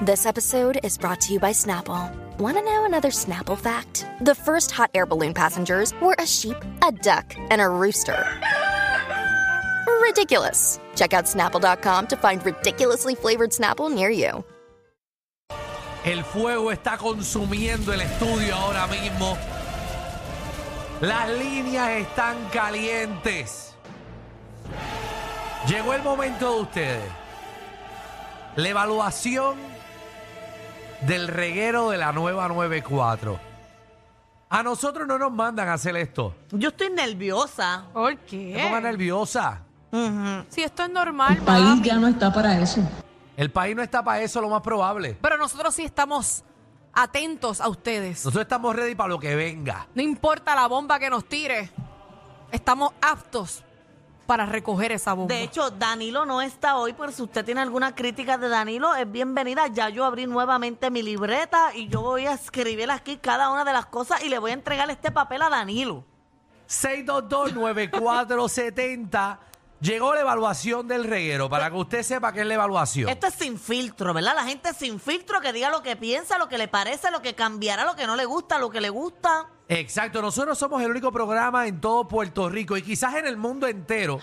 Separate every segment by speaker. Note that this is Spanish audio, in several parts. Speaker 1: This episode is brought to you by Snapple. Want to know another Snapple fact? The first hot air balloon passengers were a sheep, a duck, and a rooster. Ridiculous. Check out snapple.com to find ridiculously flavored Snapple near you.
Speaker 2: El fuego está consumiendo el estudio ahora mismo. Las líneas están calientes. Llegó el momento de ustedes. La evaluación del reguero de la nueva 94. A nosotros no nos mandan a hacer esto.
Speaker 3: Yo estoy nerviosa.
Speaker 4: ¿Por
Speaker 2: No pongan
Speaker 4: qué?
Speaker 2: nerviosa.
Speaker 4: Si esto es normal,
Speaker 5: El país
Speaker 4: mami.
Speaker 5: ya no está para eso.
Speaker 2: El país no está para eso, lo más probable.
Speaker 4: Pero nosotros sí estamos atentos a ustedes.
Speaker 2: Nosotros estamos ready para lo que venga.
Speaker 4: No importa la bomba que nos tire, estamos aptos para recoger esa bomba.
Speaker 3: De hecho, Danilo no está hoy, pero si usted tiene alguna crítica de Danilo, es bienvenida. Ya yo abrí nuevamente mi libreta y yo voy a escribir aquí cada una de las cosas y le voy a entregar este papel a Danilo.
Speaker 2: 622-9470. Llegó la evaluación del reguero, para que usted sepa qué es la evaluación.
Speaker 3: Esto es sin filtro, ¿verdad? La gente sin filtro que diga lo que piensa, lo que le parece, lo que cambiará, lo que no le gusta, lo que le gusta.
Speaker 2: Exacto, nosotros somos el único programa en todo Puerto Rico y quizás en el mundo entero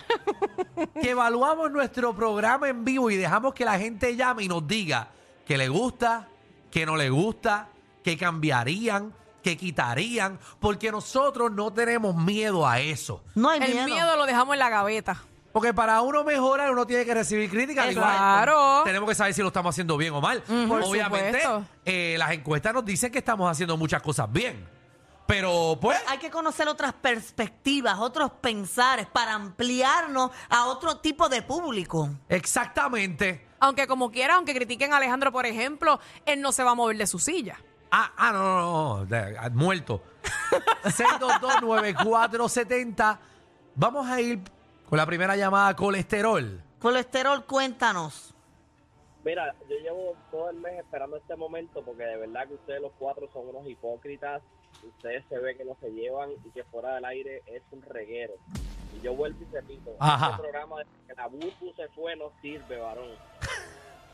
Speaker 2: que evaluamos nuestro programa en vivo y dejamos que la gente llame y nos diga que le gusta, que no le gusta, que cambiarían, que quitarían, porque nosotros no tenemos miedo a eso.
Speaker 3: No hay
Speaker 4: el miedo. lo dejamos en la gaveta.
Speaker 2: Porque para uno mejorar, uno tiene que recibir críticas. al igual.
Speaker 4: Claro.
Speaker 2: Tenemos que saber si lo estamos haciendo bien o mal.
Speaker 4: Por
Speaker 2: Obviamente,
Speaker 4: supuesto.
Speaker 2: eh, las encuestas nos dicen que estamos haciendo muchas cosas bien. Pero, pues,
Speaker 3: Hay que conocer otras perspectivas, otros pensares para ampliarnos a otro tipo de público.
Speaker 2: exactamente.
Speaker 4: Aunque como quiera, aunque critiquen a Alejandro, por ejemplo, él no se va a mover de su silla.
Speaker 2: Ah, ah, no, no, no, no, de- ah, muerto. 6229470. Vamos a ir con la primera llamada, colesterol.
Speaker 3: Colesterol, cuéntanos.
Speaker 6: Mira, yo llevo todo el mes esperando este momento porque de verdad que ustedes los cuatro son unos hipócritas. Ustedes se ve que no se llevan y que fuera del aire es un reguero. Y yo vuelvo y repito,
Speaker 2: Ajá.
Speaker 6: este programa de que la Burbu se fue no sirve, varón.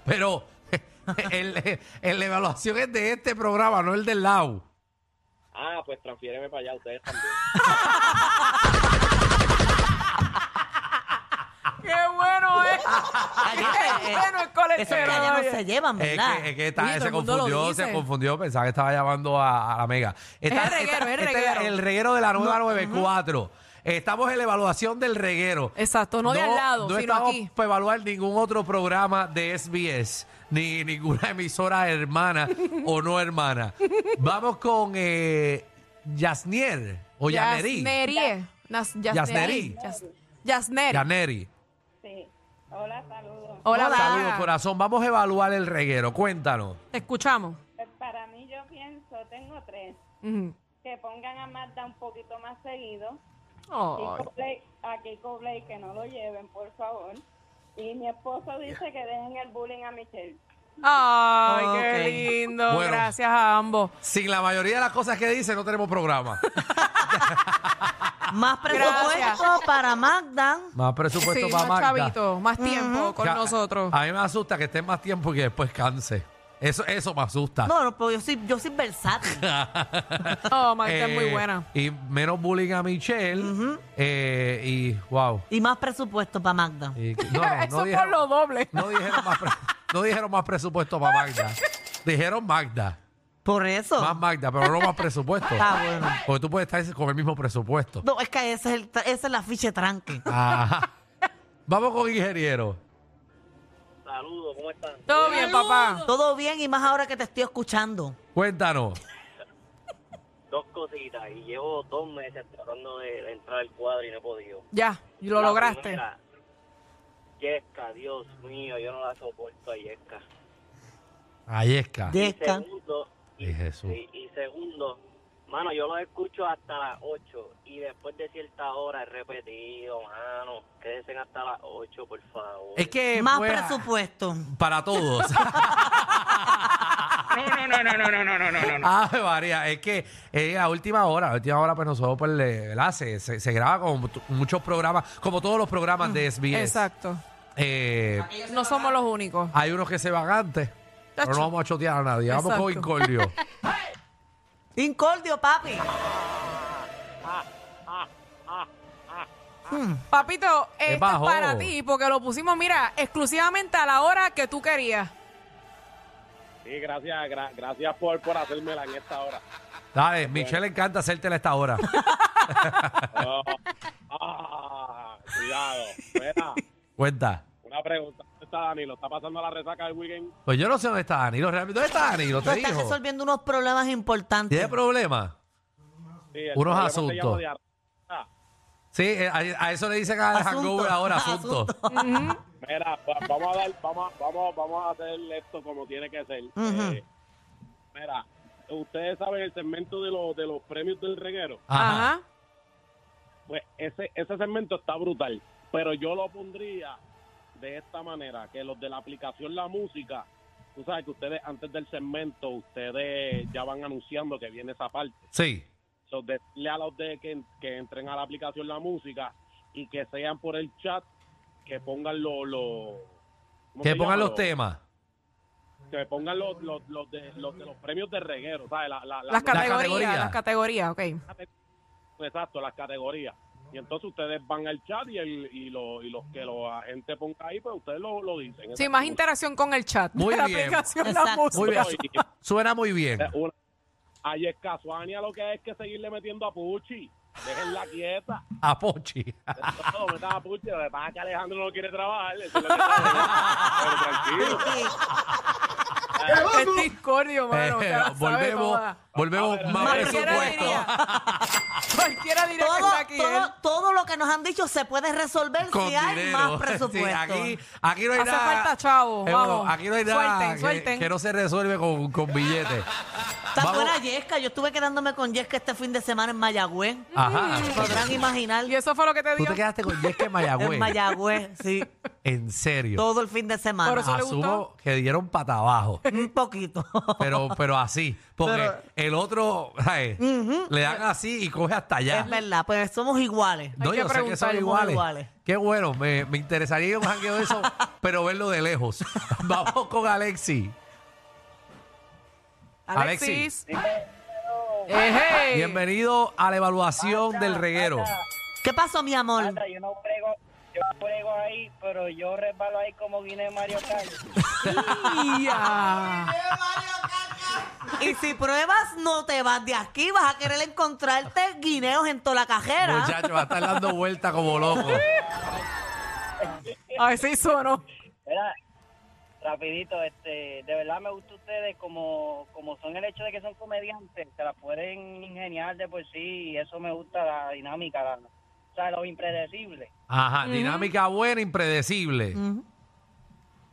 Speaker 2: Pero el- el- la evaluación es de este programa, no el del Lau.
Speaker 6: Ah, pues transfiéreme para allá ustedes también.
Speaker 4: ¡Qué bueno
Speaker 3: ¿eh?
Speaker 4: es! ¡Qué bueno es
Speaker 3: Esos eh. que
Speaker 4: colesterol!
Speaker 3: allá no se llevan,
Speaker 2: Es
Speaker 3: ¿verdad?
Speaker 2: que, es que está-
Speaker 4: Oye, todo
Speaker 2: se
Speaker 4: el mundo lo
Speaker 2: confundió, se
Speaker 4: dice.
Speaker 2: confundió, pensaba que estaba llamando a, a la mega. Está-
Speaker 4: el reguero,
Speaker 2: está-
Speaker 4: es el
Speaker 2: este
Speaker 4: reguero.
Speaker 2: el reguero de la nueva 94. Estamos en la evaluación del reguero.
Speaker 4: Exacto, no de al lado,
Speaker 2: no
Speaker 4: sino
Speaker 2: estamos
Speaker 4: aquí.
Speaker 2: para evaluar ningún otro programa de SBS, ni ninguna emisora hermana o no hermana. Vamos con eh, Yasnier o Yaneri.
Speaker 4: Yasnerie. Nas- Yasneri.
Speaker 2: Yasneri.
Speaker 4: Yas- Yasneri.
Speaker 2: Yaneri.
Speaker 7: Sí. Hola, saludos.
Speaker 4: Hola,
Speaker 3: Hola.
Speaker 4: Bárbara.
Speaker 2: Saludos, corazón. Vamos a evaluar el reguero. Cuéntanos.
Speaker 4: Te escuchamos.
Speaker 7: Pues para mí yo pienso, tengo tres,
Speaker 4: Ujú.
Speaker 7: que pongan a Magda un poquito más seguido,
Speaker 4: Ay.
Speaker 7: Keiko Blake- a Keiko Blake que no lo lleven, por favor. Y mi esposo dice que dejen el bullying a Michelle.
Speaker 4: Ay,
Speaker 3: Ok.
Speaker 4: qué lindo.
Speaker 2: Bueno.
Speaker 4: Gracias a ambos.
Speaker 2: Sin la mayoría de las cosas que dice, no tenemos programa.
Speaker 3: Más presupuesto
Speaker 4: Gracias.
Speaker 3: para Magda.
Speaker 2: Más presupuesto
Speaker 4: sí,
Speaker 2: para
Speaker 4: más
Speaker 2: Pues Magda.
Speaker 4: chavito, más tiempo con
Speaker 2: Ya,
Speaker 4: nosotros.
Speaker 2: A mí me asusta que estén más tiempo y que después canse. Eso, eso me asusta.
Speaker 3: No, no, pero yo soy, yo soy versátil.
Speaker 4: Oh, Marta
Speaker 2: Eh,
Speaker 4: es muy buena.
Speaker 2: Y menos bullying a Michelle. eh, y wow.
Speaker 3: y más presupuesto para Magda.
Speaker 2: Y- no, no, no
Speaker 4: Eso por
Speaker 2: dijeron,
Speaker 4: lo doble.
Speaker 2: no dijeron más pre- no dijeron más presupuesto para Magda. Dijeron Magda.
Speaker 3: Por eso.
Speaker 2: Más Magda, pero no más presupuesto.
Speaker 3: Está
Speaker 4: Ah,
Speaker 3: bueno.
Speaker 2: Porque tú puedes estar con el mismo presupuesto.
Speaker 3: No, es que ese es el, tra- esa es la ficha de tranque.
Speaker 2: Ajá. Vamos con ingeniero.
Speaker 6: Saludos, ¿cómo están?
Speaker 4: Todo bien, papá.
Speaker 3: Todo bien y más ahora que te estoy escuchando.
Speaker 2: Cuéntanos.
Speaker 6: Dos cositas y llevo dos meses tratando de entrar al cuadro y no he podido.
Speaker 4: Ya, y lo
Speaker 6: La
Speaker 4: lograste.
Speaker 6: primera, Yesca, Dios mío, yo no la soporto a Yesca.
Speaker 2: Ayesca.
Speaker 6: Y
Speaker 3: Desca.
Speaker 6: segundo, y,
Speaker 2: Ay, Jesús.
Speaker 6: y- y segundo, mano, yo los escucho hasta las 8 y después de cierta hora es repetido, mano. Quédense hasta las 8, por favor.
Speaker 2: Es que
Speaker 3: Más
Speaker 2: pues,
Speaker 3: presupuesto.
Speaker 2: para
Speaker 5: No,
Speaker 2: todos.
Speaker 5: no, no, no, no, no, no, no, no, no.
Speaker 2: Ah, María, es que eh, a última hora, a última hora, pues nosotros pues, le, ¿verdad? Se, se- se graba con t- muchos programas, como todos los programas de SBS.
Speaker 4: Exacto.
Speaker 2: Eh,
Speaker 4: No somos los únicos.
Speaker 2: hay unos que se van antes, pero no
Speaker 4: Tacho.
Speaker 2: vamos a chotear a nadie, vamos con
Speaker 4: Exacto.
Speaker 2: Incordio.
Speaker 3: Incordio, papi.
Speaker 4: Papito,
Speaker 2: Es
Speaker 4: esto es
Speaker 2: bajo.
Speaker 4: para ti porque lo pusimos, mira, exclusivamente a la hora que tú querías.
Speaker 6: Sí, gracias, gracias por, por hacérmela en esta hora.
Speaker 2: Dale, Michelle le encanta hacértela a esta hora.
Speaker 6: Ah, cuidado.
Speaker 2: Cuenta.
Speaker 6: una pregunta. ¿Dónde está Danilo? ¿Está pasando la resaca del weekend?
Speaker 2: Pues yo no sé dónde está Danilo realmente. ¿Dónde está Danilo? Te
Speaker 3: Tú estás
Speaker 2: dijo.
Speaker 3: resolviendo unos problemas importantes.
Speaker 2: ¿Tiene problemas? Unos asuntos. Sí, eh, a, a eso le dicen a
Speaker 3: Asunto.
Speaker 2: Hangover ahora, asunto.
Speaker 6: Mira, va- vamos a dar, vamos, a- vamos, vamos a hacer esto como tiene que ser.
Speaker 3: Ujú.
Speaker 6: Eh, mira, ustedes saben el segmento de los de los premios del reguero.
Speaker 2: Ajá.
Speaker 4: Ajá.
Speaker 6: Pues ese ese segmento está brutal, pero yo lo pondría de esta manera, que los de la aplicación La Música, tú sabes que ustedes antes del segmento ustedes ya van anunciando que viene esa parte.
Speaker 2: Sí.
Speaker 6: So, decirle a los de que, que entren a la aplicación la música y que sean por el chat que pongan los los- ¿cómo
Speaker 2: Que
Speaker 6: se
Speaker 2: pongan
Speaker 6: llama?
Speaker 2: los temas.
Speaker 6: que pongan los, los, los de, los de los premios de reguero ¿sabes? La- la- la-
Speaker 4: Las
Speaker 2: categoría.
Speaker 4: categorías, las categorías, ok.
Speaker 6: exacto las categorías y entonces ustedes van al chat y, el, y, lo- y los que la gente ponga ahí pues ustedes lo, lo dicen
Speaker 4: Sí,
Speaker 6: Exacto.
Speaker 4: más interacción con el chat.
Speaker 2: Muy
Speaker 4: de la
Speaker 2: bien.
Speaker 4: aplicación La
Speaker 3: Exacto.
Speaker 4: Música.
Speaker 2: Muy bien.
Speaker 6: Oye.
Speaker 2: su- Suena muy bien.
Speaker 6: Eh, una- ahí es caso Ania lo que hay es que seguirle metiendo a Puchi déjenla quieta
Speaker 2: A Pochi.
Speaker 6: No, me estaba pucho, lo que pasa es que Alejandro no quiere trabajar, eso es lo que está bien. Pero tranquilo.
Speaker 4: Es discordio, mano.
Speaker 2: Eh,
Speaker 4: te la sabe
Speaker 2: volvemos,
Speaker 4: toda.
Speaker 2: volvemos
Speaker 6: A ver,
Speaker 2: más
Speaker 6: Marquera
Speaker 4: Cualquiera
Speaker 2: presupuesto.
Speaker 4: diría. Cualquiera diría que
Speaker 3: Todo,
Speaker 4: está aquí
Speaker 3: todo-
Speaker 4: él.
Speaker 3: todo lo que nos han dicho se puede resolver
Speaker 2: Con
Speaker 3: si hay
Speaker 2: dinero.
Speaker 3: más
Speaker 2: Sí,
Speaker 3: presupuesto.
Speaker 2: aquí, aquí no hay
Speaker 4: Hace
Speaker 2: nada.
Speaker 4: falta chavo,
Speaker 2: Seguro,
Speaker 4: vamos.
Speaker 2: Aquí no hay nada
Speaker 4: Suelten,
Speaker 2: que,
Speaker 4: suelten.
Speaker 2: que no se resuelve con, con billetes.
Speaker 3: Está
Speaker 2: Vamos.
Speaker 3: buena Yesca. Yo estuve quedándome con Yesca este fin de semana en Mayagüez.
Speaker 2: Ajá.
Speaker 3: Podrán imaginar.
Speaker 4: Ah. Y eso fue lo que te
Speaker 2: Tú
Speaker 4: dio.
Speaker 2: te quedaste con Yesca en
Speaker 3: En
Speaker 2: Mayagüez.
Speaker 3: Mayagüez, sí.
Speaker 2: En serio.
Speaker 3: Todo el fin de
Speaker 4: Por
Speaker 3: semana.
Speaker 4: eso le gustó.
Speaker 2: Asumo que dieron pata abajo.
Speaker 3: Un poquito.
Speaker 2: Pero, pero así. Porque el otro, ¿sabes? Le dan así y coge hasta allá.
Speaker 3: Es verdad, pues somos iguales.
Speaker 2: No,
Speaker 4: Hay que
Speaker 2: yo sé que son
Speaker 4: preguntarle,
Speaker 3: somos
Speaker 2: iguales.
Speaker 3: iguales.
Speaker 2: Qué bueno, me, me interesaría ir a un jangueo de eso, pero verlo de lejos. Vamos con Alexi. Alexis.
Speaker 4: Alexis. Eh, Ejé.
Speaker 2: Bienvenido a la evaluación del reguero.
Speaker 3: ¿Qué pasó, mi amor?
Speaker 8: Anda, yo no prego, yo prego ahí, pero yo resbalo ahí como viene Mario Kart.
Speaker 4: Ya.
Speaker 3: Y si pruebas, no te vas de aquí. Vas a querer encontrarte guineos en toda la cajera.
Speaker 2: Muchachos, va a estar dando vueltas como loco.
Speaker 4: A ver si sonó.
Speaker 8: Era rapidito, este, de verdad me gusta ustedes como, como son el hecho de que son comediantes, se la pueden ingeniar de por sí y eso me gusta la dinámica, la- o sea, lo impredecible.
Speaker 2: Ajá, dinámica buena, impredecible.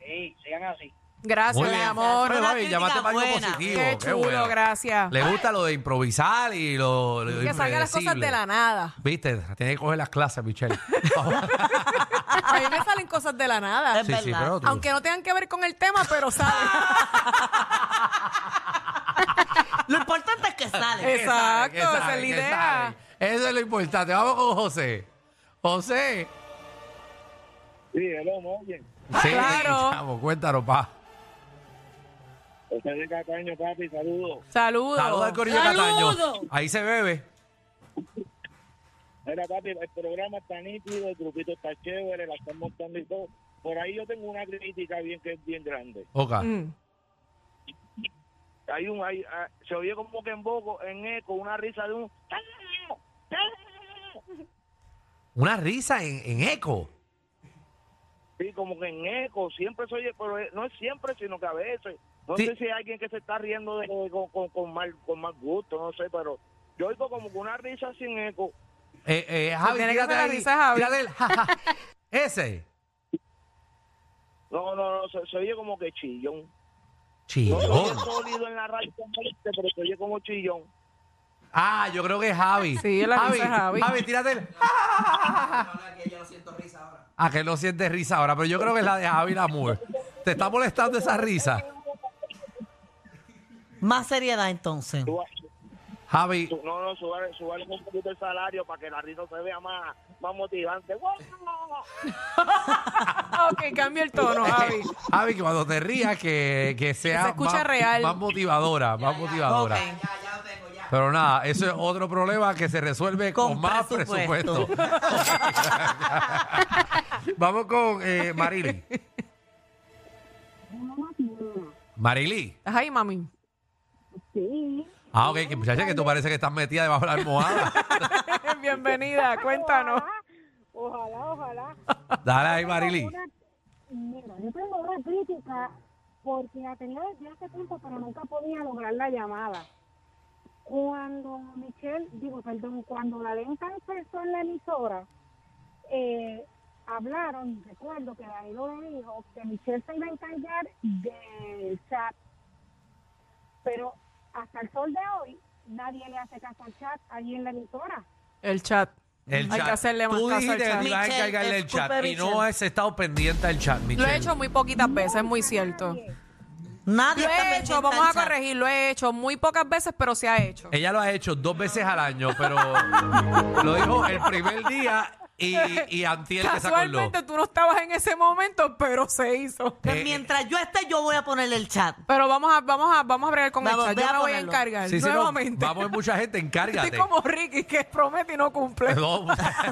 Speaker 8: Sí, sigan así.
Speaker 4: Gracias,
Speaker 2: Muy
Speaker 4: mi
Speaker 2: bien.
Speaker 3: Una
Speaker 4: amor.
Speaker 2: Pero, baby,
Speaker 3: crítica
Speaker 2: llamaste para algo
Speaker 3: buena.
Speaker 2: positivo.
Speaker 4: Qué chulo,
Speaker 2: bueno.
Speaker 4: gracias.
Speaker 2: Le gusta lo de improvisar y lo, lo
Speaker 4: que salgan las cosas
Speaker 2: impredecible.
Speaker 4: de la nada.
Speaker 2: Viste, tiene que coger las clases, Michelle.
Speaker 4: A mí me salen cosas de la nada.
Speaker 3: Es
Speaker 2: sí, sí,
Speaker 3: verdad.
Speaker 2: pero tú-
Speaker 4: Aunque no tengan que ver con el tema, pero salen.
Speaker 3: Lo importante es que sale.
Speaker 4: Eh,
Speaker 2: ¿Qué saben? ¿Qué
Speaker 4: Exacto, esa
Speaker 2: saben?
Speaker 4: es la
Speaker 2: ¿Qué
Speaker 4: idea.
Speaker 2: saben? Eso es lo importante. Vamos con José. José.
Speaker 6: Sí, hello, oye.
Speaker 2: Sí,
Speaker 4: Claro.
Speaker 2: chamo, cuéntanos, pa.
Speaker 6: Ustedes de Cataño, papi, saludos.
Speaker 4: Saludos.
Speaker 2: Saludos al Corillo Cataño. Ahí se bebe.
Speaker 6: Mira, papi, el programa está nítido, el grupito está chévere, la están montando y todo. Por ahí yo tengo una crítica bien que es bien grande.
Speaker 2: Oca.
Speaker 4: Mm.
Speaker 6: Hay un, hay, ah, se oye como que en boco, en eco, una risa de un...
Speaker 2: Una risa en, en eco.
Speaker 6: Sí, como que en eco, siempre se oye, pero eh, no es siempre, sino que a veces. No
Speaker 2: Sí.
Speaker 6: sé si hay alguien que se está riendo de- de- con, con, con mal, con mal gusto, no sé, pero yo oigo como que una risa sin eco.
Speaker 2: Eh, eh, Javi,
Speaker 4: tiene que
Speaker 2: tírate
Speaker 4: ser la
Speaker 2: ahí.
Speaker 4: risa de Javi.
Speaker 2: Tírate el ja, ja. Ese.
Speaker 6: No, no, no, se, se oye como que chillón.
Speaker 8: No se oye
Speaker 2: Chillón.
Speaker 8: sólido en la radio, pero se oye como chillón.
Speaker 2: Ah, yo creo que es Javi.
Speaker 4: Sí, es la
Speaker 2: Javi,
Speaker 4: risa de Javi.
Speaker 2: Javi, tírate el... Ah, que no sientes risa ahora, pero yo creo que es la de Javi Lamour. ¿Te está molestando esa risa?
Speaker 3: Más seriedad entonces.
Speaker 8: Tú-
Speaker 2: Javi,
Speaker 8: tú- No, no, sube, sube un poquito el salario para que la risa se vea más, más motivante. ¡Wow!
Speaker 4: Ok, cambia el tono, Javi.
Speaker 2: Javi, que cuando te rías, que, que sea
Speaker 4: se escuche
Speaker 2: más,
Speaker 4: real.
Speaker 2: más motivadora, más motivadora. Pero nada, eso es otro problema que se resuelve con,
Speaker 3: Con
Speaker 2: más presupuesto.
Speaker 3: presupuesto.
Speaker 2: Vamos con eh, Marili. Marili.
Speaker 4: ¿Estás ahí, mami?
Speaker 7: Sí.
Speaker 2: Ah, ok, que muchacha, que tú parece que estás metida debajo de la almohada.
Speaker 4: Bienvenida, cuéntanos.
Speaker 7: Ojalá, ojalá.
Speaker 2: Dale ahí,
Speaker 7: Yo
Speaker 2: Marili.
Speaker 7: tengo una- Mira, yo tengo una crítica porque la tenía desde hace tiempo, pero nunca podía lograr la llamada. Cuando Michelle, digo, perdón, cuando la lenta empezó en la emisora, eh, hablaron, recuerdo que Danilo le dijo que Michelle se iba a encargar del chat, pero hasta el sol de hoy nadie le hace caso al chat allí en la emisora.
Speaker 4: El chat.
Speaker 2: El
Speaker 4: Hay
Speaker 2: chat.
Speaker 4: que hacerle más
Speaker 2: Tú
Speaker 4: caso
Speaker 2: dijiste
Speaker 4: al
Speaker 2: que
Speaker 4: chat.
Speaker 2: te ibas a
Speaker 3: Michelle,
Speaker 2: encargar del chat
Speaker 3: disculpe,
Speaker 2: y no
Speaker 3: Michelle.
Speaker 2: has estado pendiente del chat,
Speaker 4: Lo
Speaker 2: Michelle.
Speaker 4: he hecho muy poquitas veces, es muy cierto.
Speaker 3: Nadie
Speaker 4: Lo
Speaker 3: está
Speaker 4: he
Speaker 3: pendiente
Speaker 4: hecho, vamos
Speaker 3: al
Speaker 4: a
Speaker 3: chat.
Speaker 4: corregir, lo he hecho muy pocas veces, pero se ha hecho.
Speaker 2: Ella lo ha hecho dos veces al año, pero lo dijo el primer día y, y antier que se acordó.
Speaker 4: Casualmente tú no estabas en ese momento, pero se hizo.
Speaker 3: Pues
Speaker 2: Eh,
Speaker 3: mientras yo esté, yo voy a ponerle el chat.
Speaker 4: Pero vamos a, vamos a, vamos a bregar con
Speaker 3: Vamos,
Speaker 4: el chat.
Speaker 3: ve
Speaker 4: Yo
Speaker 3: a
Speaker 4: me voy a
Speaker 3: ponerlo.
Speaker 4: encargar
Speaker 2: Sí, sí, no,
Speaker 4: nuevamente.
Speaker 2: vamos a ver mucha gente, encárgate.
Speaker 4: Estoy como Ricky que promete y no cumple.
Speaker 2: No,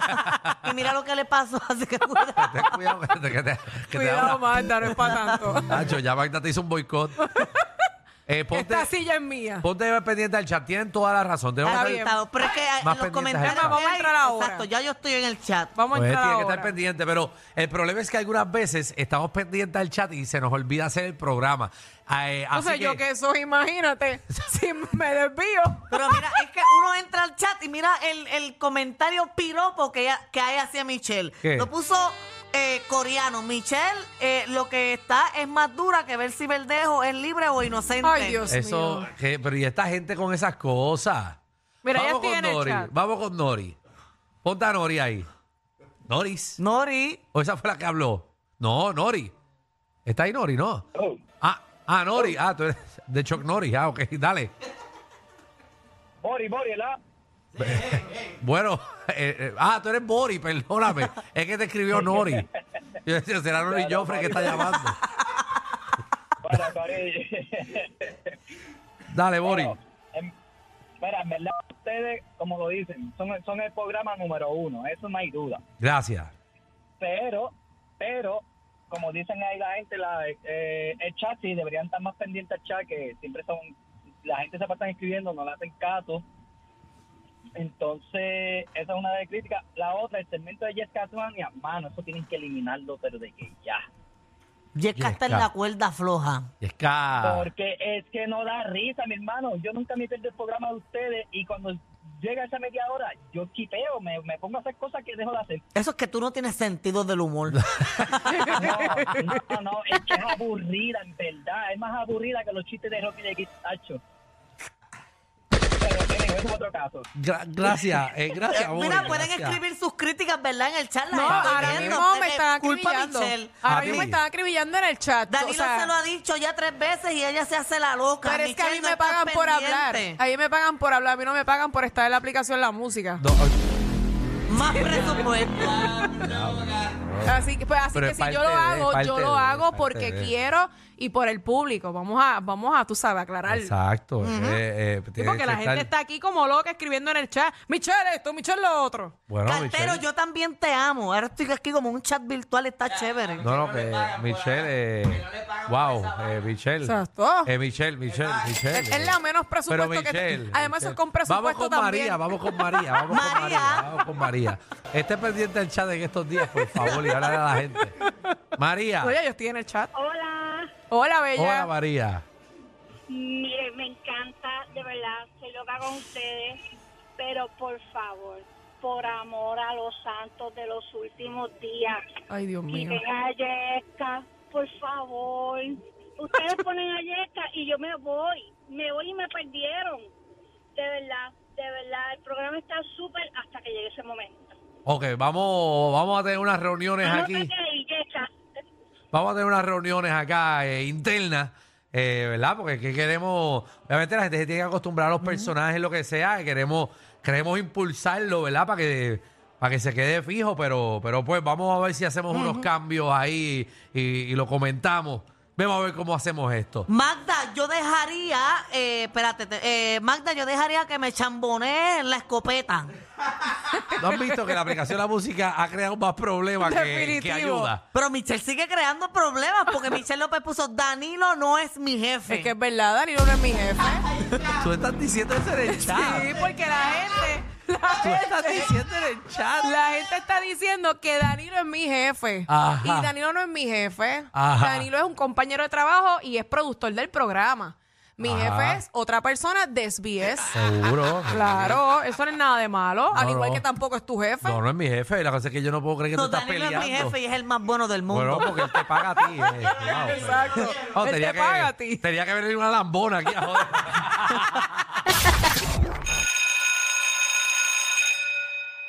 Speaker 3: Y mira lo que le pasó. Así que cuidado.
Speaker 2: ten cuidado que te, que te da
Speaker 4: Cuidado,
Speaker 2: una-
Speaker 4: Magda, no es para tanto.
Speaker 2: Nacho, ya Magda te hizo un boicot. Eh, ponte,
Speaker 4: Esta silla es mía.
Speaker 2: ponte pendiente del chat, tienen toda la razón. Tenemos
Speaker 4: Está
Speaker 2: que-
Speaker 4: bien.
Speaker 3: Estado. Pero es que en
Speaker 2: Más
Speaker 3: los
Speaker 2: pendientes
Speaker 3: comentarios.
Speaker 2: al chat.
Speaker 4: Vamos a
Speaker 3: que hay-
Speaker 4: entrar ahora.
Speaker 3: Exacto, ya yo estoy en el chat.
Speaker 4: Vamos a
Speaker 2: Pues
Speaker 4: entrar
Speaker 2: tiene que
Speaker 4: ahora.
Speaker 2: estar pendiente, pero el problema es que algunas veces estamos pendientes al chat y se nos olvida hacer el programa. Eh, así
Speaker 4: Entonces yo que soy, imagínate, si me desvío.
Speaker 3: Pero mira, es que uno entra al chat y mira el, el comentario piropo que, ella- que hay hacia Michelle.
Speaker 2: ¿Qué?
Speaker 3: Lo puso eh, coreano. Michelle, eh, lo que está es más dura que ver si Verdejo es libre o inocente.
Speaker 4: Ay, Dios
Speaker 2: Eso,
Speaker 4: mío.
Speaker 2: que- pero y esta gente con esas cosas.
Speaker 4: Mira, ya
Speaker 2: vamos
Speaker 4: estoy
Speaker 2: con
Speaker 4: en el
Speaker 2: Nori,
Speaker 4: chat.
Speaker 2: vamos con Nori. Ponte a Nori ahí. Noris.
Speaker 3: Nori.
Speaker 2: ¿O esa fue la que habló? No, Nori. Está ahí Nori, ¿no?
Speaker 8: Oh,
Speaker 2: Ah, ah, Nori. Ah, tú eres de Chuck Nori. Ah, ok, dale.
Speaker 8: Bori, Bori, ¿verdad?
Speaker 2: Bueno, eh, eh, ah, tú eres Bori, perdóname. Es que te escribió Nori. Yo decía, será Nori Joffre que está llamando.
Speaker 8: Para, para.
Speaker 2: Dale, Bori.
Speaker 8: Bueno, en- Mira, em, en verdad, ustedes, como lo dicen, son, son el programa número uno, eso no hay duda.
Speaker 2: Gracias.
Speaker 8: Pero, pero, como dicen ahí la gente, la, eh, el chat sí deberían estar más pendientes al chat, que siempre son. La gente se pasa escribiendo, no le hacen caso. Entonces, esa es una de las críticas. La otra, el segmento de Jessica Tuania, mano, eso tienen que eliminarlo, pero de que ya.
Speaker 3: Yesca está en
Speaker 2: Yesca.
Speaker 3: la cuerda floja.
Speaker 2: Y es que...
Speaker 8: Porque es que no da risa, mi hermano. Yo nunca me pierdo el programa de ustedes y cuando llega esa media hora, yo quiteo, me, me pongo a hacer cosas que dejo de hacer.
Speaker 3: Eso es que tú no tienes sentido del humor.
Speaker 8: No, no, no, es que es aburrida, en verdad. Es más aburrida que los chistes de Rocky de Guistacho. Pero miren, eso es otro caso.
Speaker 2: Gra- gracias, eh, gracias. Bori,
Speaker 3: Mira, pueden
Speaker 2: gracias.
Speaker 3: escribir sus críticas, ¿verdad? En el chat. las
Speaker 4: No,
Speaker 3: estoy
Speaker 4: ahora
Speaker 3: viendo.
Speaker 4: mismo me
Speaker 3: Eh,
Speaker 4: están
Speaker 3: culpa a
Speaker 4: acribillando.
Speaker 3: Michelle.
Speaker 4: Ahora
Speaker 2: A
Speaker 4: mismo
Speaker 2: mí.
Speaker 4: me están acribillando en el chat.
Speaker 3: Danilo
Speaker 4: o sea,
Speaker 3: se lo ha dicho ya tres veces y ella se hace la loca.
Speaker 4: pero es que a mí
Speaker 3: Michelle, no
Speaker 4: me
Speaker 3: estás
Speaker 4: pagan por hablar.
Speaker 3: pendiente.
Speaker 4: A mí me pagan por hablar. A mí no me pagan por estar en la aplicación la música.
Speaker 2: No, ay,
Speaker 3: Más presupuesto.
Speaker 4: Así que, pues, así
Speaker 2: Pero
Speaker 4: que
Speaker 2: es
Speaker 4: si yo
Speaker 2: parte
Speaker 4: lo
Speaker 2: de,
Speaker 4: hago,
Speaker 2: parte
Speaker 4: yo
Speaker 2: de,
Speaker 4: lo hago
Speaker 2: parte
Speaker 4: porque
Speaker 2: de.
Speaker 4: quiero y por el público. Vamos a, vamos a, tú sabes, aclarar.
Speaker 2: Exacto. eh, eh,
Speaker 4: Sí,
Speaker 2: tiene
Speaker 4: porque
Speaker 2: que
Speaker 4: la
Speaker 2: estar-
Speaker 4: gente está aquí como loca escribiendo en el chat. Michelle esto, Michelle lo otro.
Speaker 2: Bueno,
Speaker 3: Cartero,
Speaker 2: Michelle.
Speaker 3: yo también te amo. Ahora estoy aquí como en un chat virtual, está chévere.
Speaker 2: No, no, que Michelle. eh, wow, eh, Michelle.
Speaker 4: Exacto.
Speaker 2: Eh, Michelle, Michelle, Michelle.
Speaker 4: Es- es la menos presupuesto
Speaker 2: Pero
Speaker 4: que te-
Speaker 2: Michelle,
Speaker 4: Además, eso es con
Speaker 2: Vamos
Speaker 4: presupuesto
Speaker 2: con
Speaker 4: también.
Speaker 2: María, vamos con María, vamos con María.
Speaker 3: María.
Speaker 2: Vamos con María. Esté pendiente del chat en estos días, por favor, y hablar a la gente. María.
Speaker 4: Oye, yo estoy en el chat.
Speaker 7: Hola.
Speaker 4: Hola, bella.
Speaker 2: Hola, María.
Speaker 7: Mire, me encanta, de verdad, soy loca con ustedes, pero por favor, por amor a los santos de los últimos días,
Speaker 4: Ay, Dios mío.
Speaker 7: quiten a Yesca, por favor. Ustedes ponen a acá y yo me voy, me voy y me perdieron. De verdad, de verdad, el programa está súper hasta que llegue ese momento.
Speaker 2: Ok, vamos, vamos a tener unas
Speaker 4: Pues
Speaker 2: reuniones aquí.
Speaker 7: Anótate ahí, Yecha.
Speaker 2: Vamos a tener unas reuniones acá eh, internas, eh, ¿verdad? Porque es que queremos, obviamente la gente se tiene que acostumbrar a los personajes, lo que sea, que queremos, queremos impulsarlo, ¿verdad? Para que, para que se quede fijo, pero, pero pues vamos a ver si hacemos unos cambios ahí y, y lo comentamos. Vamos a ver cómo hacemos esto.
Speaker 3: Magda, yo dejaría, eh, espérate, te- eh, Magda, yo dejaría que me chambone en la escopeta.
Speaker 2: ¿No han visto que la aplicación de la música ha creado más problemas que, que
Speaker 4: Definitivo.
Speaker 2: ayuda?
Speaker 3: Pero Michelle sigue creando problemas porque Michelle López puso Danilo no es mi jefe.
Speaker 4: Es que es verdad, Danilo no es mi jefe.
Speaker 2: Tú estás diciendo eso en el chat.
Speaker 4: Sí, porque la gente, la
Speaker 2: Tú estás
Speaker 4: gente,
Speaker 2: diciendo en el chat.
Speaker 4: la gente está diciendo que Danilo es mi jefe.
Speaker 2: Ajá.
Speaker 4: Y Danilo no es mi jefe.
Speaker 2: Ajá.
Speaker 4: Danilo es un compañero de trabajo y es productor del programa. Mi
Speaker 2: Ajá.
Speaker 4: jefe es otra persona de SBS.
Speaker 2: Seguro.
Speaker 4: Claro, eso no es nada de malo. al
Speaker 2: No,
Speaker 4: igual
Speaker 2: no.
Speaker 4: que tampoco es tu jefe.
Speaker 2: No, no es mi jefe. La cosa es que yo no puedo creer que
Speaker 3: no,
Speaker 2: tú estás
Speaker 3: Danilo
Speaker 2: peleando.
Speaker 3: es mi jefe y es el más bueno del mundo.
Speaker 2: Bueno, porque él te paga a ti. eh. Wow.
Speaker 4: Exacto.
Speaker 2: No,
Speaker 4: Él
Speaker 2: tenía
Speaker 4: te
Speaker 2: que,
Speaker 4: paga a ti.
Speaker 2: Tenía que venir una lambona aquí a joder.